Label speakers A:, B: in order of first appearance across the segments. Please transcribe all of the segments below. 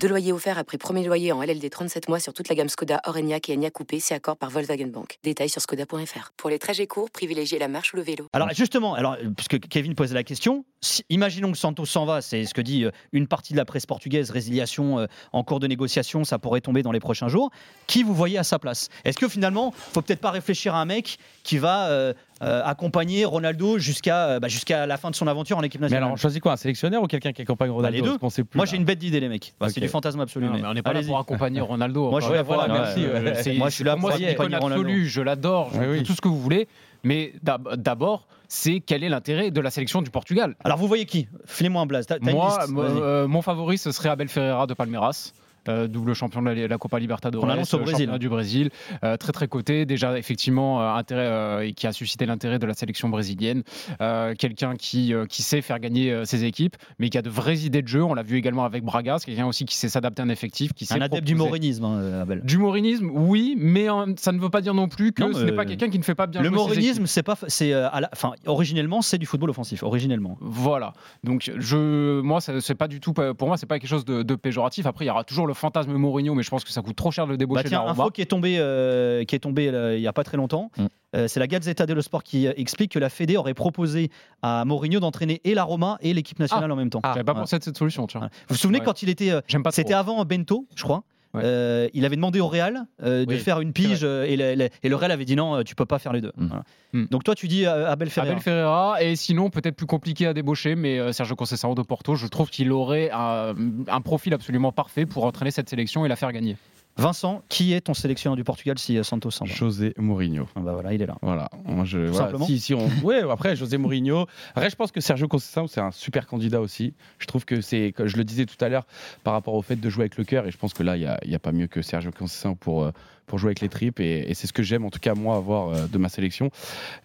A: Deux loyers offerts après premier loyer en LLD 37 mois sur toute la gamme Skoda, Orenia et Enya Coupé, si accord par Volkswagen Bank. Détails sur skoda.fr. Pour les trajets courts, privilégiez la marche ou le vélo.
B: Alors justement, alors, puisque Kevin posait la question, si- imaginons que Santos s'en va, c'est ce que dit euh, une partie de la presse portugaise, résiliation euh, en cours de négociation, ça pourrait tomber dans les prochains jours. Qui vous voyez à sa place Est-ce que finalement, faut peut-être pas réfléchir à un mec qui va euh, euh, accompagner Ronaldo jusqu'à euh, bah, jusqu'à la fin de son aventure en équipe
C: Mais
B: nationale
C: alors, on choisit quoi Un sélectionneur ou quelqu'un qui accompagne Ronaldo
B: Bah, les deux.
C: Parce qu'on sait plus,
B: Moi
C: là.
B: j'ai une bête d'idée les mecs, Bah, c'est
C: Ok.
B: du fantasme absolu.
D: Non,
B: mais
D: mais on n'est pas là
B: allez-y.
D: pour accompagner Ronaldo.
B: Moi, je suis
D: Ouais,
B: là pour
D: voilà,
B: accompagner,
D: merci,
C: ouais.
D: euh, c'est-
B: Moi, je suis là
D: pour moi,
B: pour
D: c'est une
B: accompagner
D: icône
B: Ronaldo.
D: absolue, je l'adore, je
C: Oui, Ah oui.
D: tout ce que vous voulez, mais d'ab- d'abord, c'est quel est l'intérêt de la sélection du Portugal
B: Alors vous voyez qui Filez-moi un blaze. T'as- t'as une
D: Moi,
B: liste,
D: mo-
B: vas-y.
D: euh, mon favori, ce serait Abel Ferreira de Palmeiras. euh, double champion de la, la Copa Libertadores,
B: Qu'on annonce au
D: euh,
B: Brésil.
D: championnat du Brésil, euh, très très coté, déjà effectivement euh, intérêt euh, et qui a suscité l'intérêt de la sélection brésilienne, Euh, quelqu'un qui euh, qui sait faire gagner euh, ses équipes, mais qui a de vraies idées de jeu. On l'a vu également avec Braga, c'est quelqu'un aussi qui sait s'adapter à un effectif, qui sait
B: un adepte du
D: proposer.
B: morinisme, hein, euh, Abel.
D: Du morinisme, oui, mais euh, ça ne veut pas dire non plus que
B: Non,
D: ce
B: mais-
D: n'est pas quelqu'un qui ne fait pas bien
B: Le
D: jouer ses équipes.
B: morinisme, c'est pas, c'est, euh, à la- enfin, originellement, c'est du football offensif, originellement.
D: Voilà. Donc je, moi, ça- c'est pas du tout. Pour moi, c'est pas quelque chose de, de péjoratif. Après, il y aura toujours le fantasme Mourinho, mais je pense que ça coûte trop cher de le
B: Bah
D: débaucher.
B: tiens,
D: d'un
B: info
D: Roma.
B: qui est tombée, euh, qui est tombée euh, il y a pas très longtemps.
C: Mm.
B: Euh, c'est la Gazzetta dello Sport qui euh, explique que la Fédé aurait proposé à Mourinho d'entraîner et la Roma et l'équipe nationale en même temps.
D: Ah. J'avais pas
C: Ah.
B: Ouais.
D: pensé de cette solution. Tiens.
B: Ah, Ouais. Vous vous souvenez
D: Ouais.
B: quand il était, euh,
D: J'aime pas.
B: c'était
D: trop.
B: avant Bento, je crois.
D: Ouais.
B: Euh, il avait demandé au Real euh, de
D: Oui,
B: faire une pige euh, et, le- le- et le Real avait dit non, euh, tu peux pas faire les deux.
C: Mm.
B: Voilà.
D: Mm.
B: Donc toi, tu dis euh, Abel Ferreira.
D: Abel Ferreira et sinon peut-être plus compliqué à débaucher, mais euh, Sergio Conceição de Porto, je trouve qu'il aurait un, un profil absolument parfait pour entraîner cette sélection et la faire gagner.
B: Vincent, qui est ton sélectionneur du Portugal si euh, Santos s'en va
C: José Mourinho.
B: Ah bah voilà, il est là.
C: Voilà, moi je. voilà.
B: simplement.
C: Si, si on... ouais, après José Mourinho. Après, je pense que Sergio Conceição c'est un super candidat aussi. Je trouve que c'est, comme je le disais tout à l'heure, par rapport au fait de jouer avec le cœur, et je pense que là, il n'y a, il y a pas mieux que Sergio Conceição pour euh, pour jouer avec les tripes, et, et c'est ce que j'aime en tout cas moi avoir euh, de ma sélection.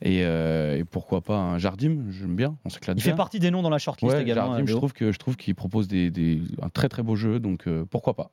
C: Et, euh, et pourquoi pas un Jardim, j'aime bien, on s'éclate
B: Il
C: bien.
B: fait partie des noms dans la shortlist
C: Ouais,
B: également.
C: Jardim,
B: euh,
C: je
B: Léo.
C: trouve que je trouve qu'il propose des, des- un très très beau jeu, donc euh, pourquoi pas.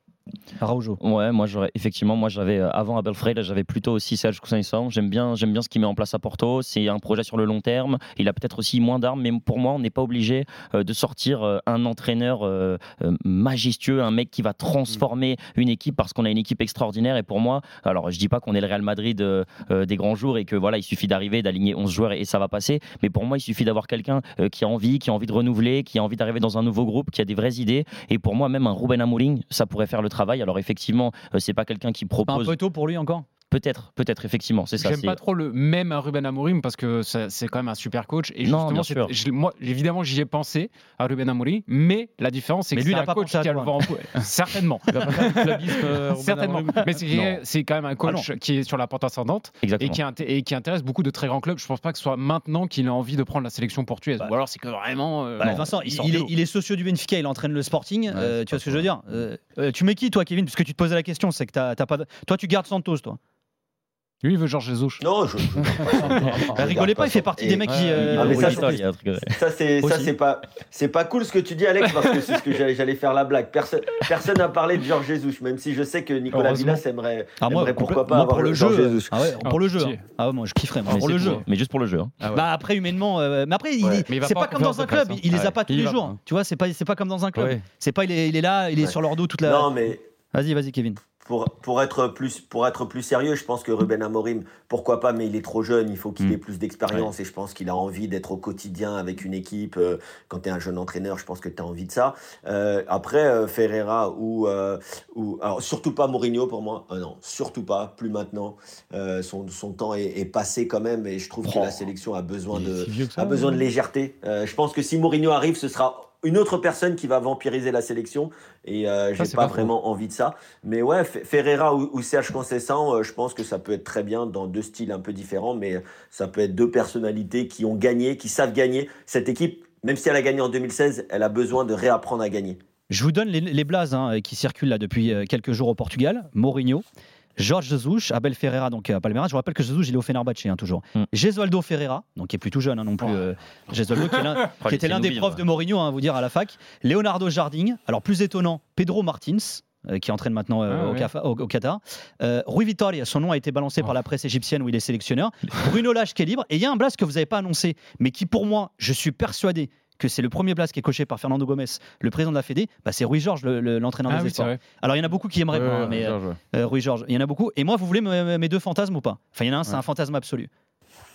B: Araujo.
E: Ouais, moi j'aurais effectivement, moi j'avais euh, avant Abel Freire, j'avais plutôt aussi Serge Conceição. J'aime bien, j'aime bien ce qu'il met en place à Porto. C'est un projet sur le long terme. Il a peut-être aussi moins d'armes, mais pour moi, on n'est pas obligé euh, de sortir euh, un entraîneur euh, euh, majestueux, un mec qui va transformer une équipe parce qu'on a une équipe extraordinaire. Et pour moi, alors je dis pas qu'on est le Real Madrid euh, euh, des grands jours et que voilà, il suffit d'arriver, d'aligner 11 joueurs et, et ça va passer. Mais pour moi, il suffit d'avoir quelqu'un euh, qui a envie, qui a envie de renouveler, qui a envie d'arriver dans un nouveau groupe, qui a des vraies idées. Et pour moi, même un Ruben Amorim, ça pourrait faire le travail. Alors effectivement, euh, c'est pas quelqu'un qui
B: Un
E: propose.
B: peu tôt pour lui encore
E: Peut-être, peut-être, effectivement, c'est ça.
D: J'aime
E: c'est-
D: pas trop le même à Ruben Amorim parce que ça- c'est quand même un super coach. Et
E: Non,
D: justement,
E: bien
D: c'est-
E: sûr.
D: je- moi, évidemment, j'y ai pensé à Ruben Amorim, mais la différence, c'est
B: Mais
D: que
B: lui, il
D: c'est
B: a
D: un
B: pas
D: coach
B: pensé à
D: qui a le
B: toi.
D: vent en poupe. Certainement.
C: Il va pas faire du clubisme, euh, Ruben
D: Certainement.
C: Amorim
D: Mais c'est-
C: Non.
D: c'est quand même un coach qui est sur la pente ascendante et
E: Exactement.
D: qui, inté- et qui intéresse beaucoup de très grands clubs. Je pense pas que ce soit maintenant qu'il a envie de prendre la sélection portugaise.
B: Bah.
D: Ou alors c'est que vraiment. euh,
B: Bah,
D: non,
B: Vincent, il,
D: sort
B: il
D: du
B: est,
D: lot.
B: il est socio du Benfica, il entraîne le Sporting. euh,
C: c'est
B: tu vois
C: pas
B: ce que je veux dire Euh, euh, Tu mets qui, toi, Kevin Parce que tu te posais la question, c'est que t'as t'as pas. de- Toi, tu gardes Santos, toi.
D: Lui, il veut Georges Jesus.
F: Non, je. je-
B: Bah, rigolez pas, il fait partie des mecs qui.
C: Ouais,
B: euh,
F: Ah, mais ça,
E: Oui,
F: c'est-
E: il y a un truc, ouais.
F: Ça c'est ça
B: Aussi.
F: c'est pas c'est pas cool ce que tu dis Alex parce que c'est ce que j'allais j'allais faire la blague. Personne personne n'a parlé de Georges Jesus même si je sais que Nicolas
D: Heureusement.
F: Villas aimerait
B: ah, moi,
F: J'aimerais
B: complè-
F: pourquoi pas
B: moi,
F: avoir
B: pour le
F: le
B: jeu.
F: Jorge
B: euh,
F: Jesus.
B: Ah ouais,
D: Ah,
B: pour le jeu.
D: pitié.
B: Ah ouais, moi je kifferais. moi,
E: Mais
B: pour
E: c'est
B: le
E: tout,
B: jeu.
E: hein. Mais juste pour le jeu. hein.
C: Ah ouais.
B: Bah après humainement, euh, mais après il-
F: Ouais.
B: il-
D: Mais il va
B: c'est
D: pas
B: pas,
D: en
B: comme dans un
C: conférence de
B: club,
C: presse, hein.
B: il les a
C: Ouais.
B: pas tous
C: Il y
B: les
C: va
B: jours.
C: pas.
B: Tu vois, c'est pas c'est pas comme dans un club.
C: Ouais.
B: C'est pas il est, il est là, il est
F: Ouais.
B: sur leur dos toute la.
F: Non mais
B: Vas-y, vas-y, Kevin.
F: pour, pour, être plus, pour être plus sérieux, je pense que Ruben Amorim, pourquoi pas, mais il est trop jeune, il faut qu'il
C: Mm.
F: ait plus d'expérience et je pense qu'il a envie d'être au quotidien avec une équipe. euh, Quand tu es un jeune entraîneur, je pense que tu as envie de ça. Euh, après, euh, Ferreira ou, euh, ou. Alors, surtout pas Mourinho pour moi. Ah non, surtout pas, plus maintenant. Euh, son, son temps est, est passé quand même et je trouve que la sélection a besoin
C: Il est
F: de,
C: si vieux que ça,
F: a besoin
C: hein.
F: de légèreté. Euh, je pense que si Mourinho arrive, ce sera une autre personne qui va vampiriser la sélection. Et euh, j'ai
D: c'est
F: pas,
D: pas faux.
F: vraiment envie de ça. Mais ouais, Fe- Ferreira ou, ou Serge Concessant, je pense que ça peut être très bien dans deux styles un peu différents, mais ça peut être deux personnalités qui ont gagné, qui savent gagner. Cette équipe, même si elle a gagné en 2016, elle a besoin de réapprendre à gagner.
B: Je vous donne les, les blazes hein, qui circulent là depuis euh, quelques jours au Portugal. Mourinho, Georges Jesus, Abel Ferreira, donc à Palmeiras. Je vous rappelle que Jesus, il est au Fenerbahce, hein, toujours.
E: Mm.
B: Gesualdo Ferreira, donc qui est plutôt jeune hein, non plus.
D: Oh.
B: euh, Gesualdo, qui, est l'un- qui était l'un des profs de Mourinho, hein, à vous dire, à la fac. Leonardo Jarding, alors plus étonnant, Pedro Martins. euh, Qui entraîne maintenant euh,
D: Ah,
B: au,
D: ouais. Oh.
B: Cafa- au- au Qatar. Euh, Rui Vitória, son nom a été balancé par la presse égyptienne où il est sélectionneur. Bruno Lage qui est libre. Et il y a un blast que vous n'avez pas annoncé, mais qui pour moi, je suis persuadé que c'est le premier blast qui est coché par Fernando Gomez, le président de la Fédé. Bah, c'est Rui Georges, le- le- l'entraîneur
D: Ah
B: des
D: oui, c'est
B: espoirs.
D: vrai.
B: Alors il y en a beaucoup qui aimeraient
C: Ouais,
B: pas, hein,
C: ouais,
B: mais euh,
C: Georges, ouais.
B: euh, Rui Georges. Il y en a beaucoup. Et moi, vous voulez me- mes deux fantasmes ou pas Enfin, il y en a un, c'est
C: Ouais.
B: un fantasme absolu.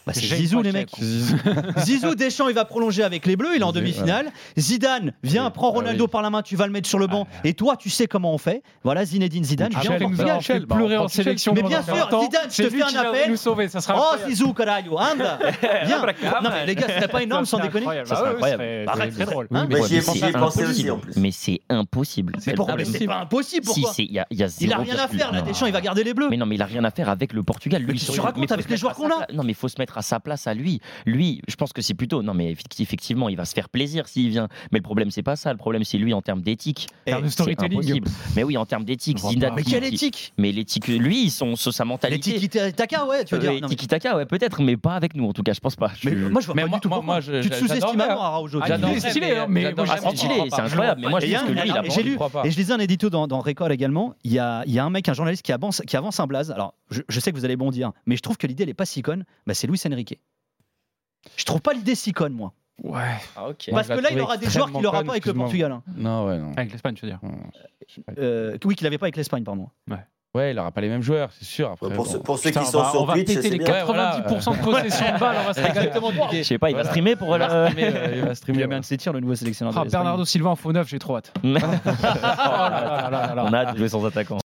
B: Bah, c'est
D: J'ai une
B: Zizou, les mecs.
D: pochette.
C: Zizou.
B: Zizou, Deschamps, il va prolonger avec les Bleus, il est en
C: Zizou,
B: demi-finale. Zidane, viens,
C: Oui.
B: prends
C: Ah
B: Ronaldo
C: oui.
B: par la main, tu vas le mettre sur le banc. Et toi, tu sais comment on fait. Voilà, Zinedine Zidane, viens, on
D: Michel
B: t'en
D: nous
B: fait.
D: a fait
C: Michel, bah,
D: pleurer
C: on
D: en
C: porte Michel.
D: sélection.
B: Mais
D: pendant
B: bien
D: longtemps.
B: sûr, Zidane, je
D: C'est
B: te
D: lui
B: fais
D: qui
B: un
D: va
B: appel.
D: nous sauver, ça sera
B: Oh,
D: incroyable.
B: Zizou, carajo, anda Viens Non, mais les gars, c'était pas énorme, sans
D: C'est
B: déconner
D: incroyable.
E: Ça serait
D: Ah ouais,
E: incroyable.
D: serait-
B: Arrête,
D: c'est
B: c'est
D: drôle.
B: drôle.
F: Mais j'y ai
E: c'est
F: pensé, j'y ai pensé aussi en
E: impossible.
F: plus.
E: Mais c'est impossible.
B: Mais
E: Ah,
B: pourquoi
E: mais
B: Mais c'est pas impossible,
E: Si,
B: pourquoi
E: c'est- il y a, il y a
B: Il a
E: zéro
B: rien à
E: virgule-
B: faire, là,
E: Non.
B: Deschamps, il va garder les Bleus.
E: Mais non, mais il a rien à faire avec le Portugal. Lui,
B: Mais qu'est-ce que
E: sur-
B: tu racontes
E: mais faut
B: avec
E: se
B: les
E: mettre
B: joueurs
E: à
B: qu'on
E: sa
B: a
E: pla- Non, mais il faut se mettre à sa place à lui. Lui, je pense que c'est plutôt. Non, mais effe- effectivement, il va se faire plaisir s'il vient. Mais le problème, c'est pas ça. Le problème, c'est lui en termes d'éthique.
D: Faire du
B: Eh,
E: C'est
D: storytelling.
E: impossible. Mais oui, en termes d'éthique,
D: Je vois
E: Zidane.
D: pas.
B: Mais
E: qui-
B: quelle
E: qui-
B: éthique
E: Mais l'éthique, lui, son, son- sa mentalité.
B: L'éthique Ita- Taka, ouais, tu veux
E: Euh,
B: dire. Non, mais-
E: Tiki-taka, ouais, peut-être, mais pas avec nous, en tout cas, je pense pas. Je-
B: Mais moi, je vois
C: Mais
B: pas
C: moi-
B: du tout
C: moi-
B: pourquoi.
C: moi, je-
B: Tu te
C: j'adorerais,
B: sous-estimes
C: mais-
B: à mort à Raoult
D: Ah,
B: aujourd'hui.
D: il est stylé, hein, mais moi,
C: j'adore.
D: j'aime
E: Ah,
D: bien.
E: c'est stylé, c'est incroyable, mais moi je
B: Et il y a
E: pense que
B: un-
E: lui, il
B: alors,
E: a
B: et j'ai lu-
C: crois pas.
B: Et je lisais un édito dans, dans Record également. Il y a, il y a un mec, un journaliste qui avance, qui avance un blaze. Alors, je, je sais que vous allez bondir, mais je trouve que l'idée, elle est pas si conne. Bah, c'est Luis Enrique. Je trouve pas l'idée si conne, moi.
D: Ouais.
E: Ah, ok.
D: Moi,
B: Parce
D: je la
B: que là, il
D: trouve
B: aura des joueurs qu'il n'aura
D: extrêmement
B: pas avec le
D: conne,
B: Portugal. hein.
C: Non, ouais, non.
D: Avec l'Espagne, je veux dire.
B: Euh, oui, qu'il n'avait pas avec l'Espagne, pardon.
C: Ouais, il aura pas les mêmes joueurs, c'est sûr. Après,
F: Pour,
C: bon.
F: ceux- pour ceux
D: Putain,
F: qui
D: on
F: sont
D: va- on
F: sur
D: va
F: Twitch,
D: péter
F: c'est
D: les
F: bien.
D: 90% de possession de balle, on va se régaler.
E: Je sais pas, il va
C: Voilà.
E: streamer pour le.
C: Mais, euh, il va
B: Il
C: streamer.
B: a bien de ses tirs, le nouveau sélectionneur. de
D: Ah,
B: l'Espagne.
D: Bernardo Silva en faux neuf, j'ai trop hâte.
E: On
D: Oh là là là là là.
E: a hâte de jouer sans attaquant.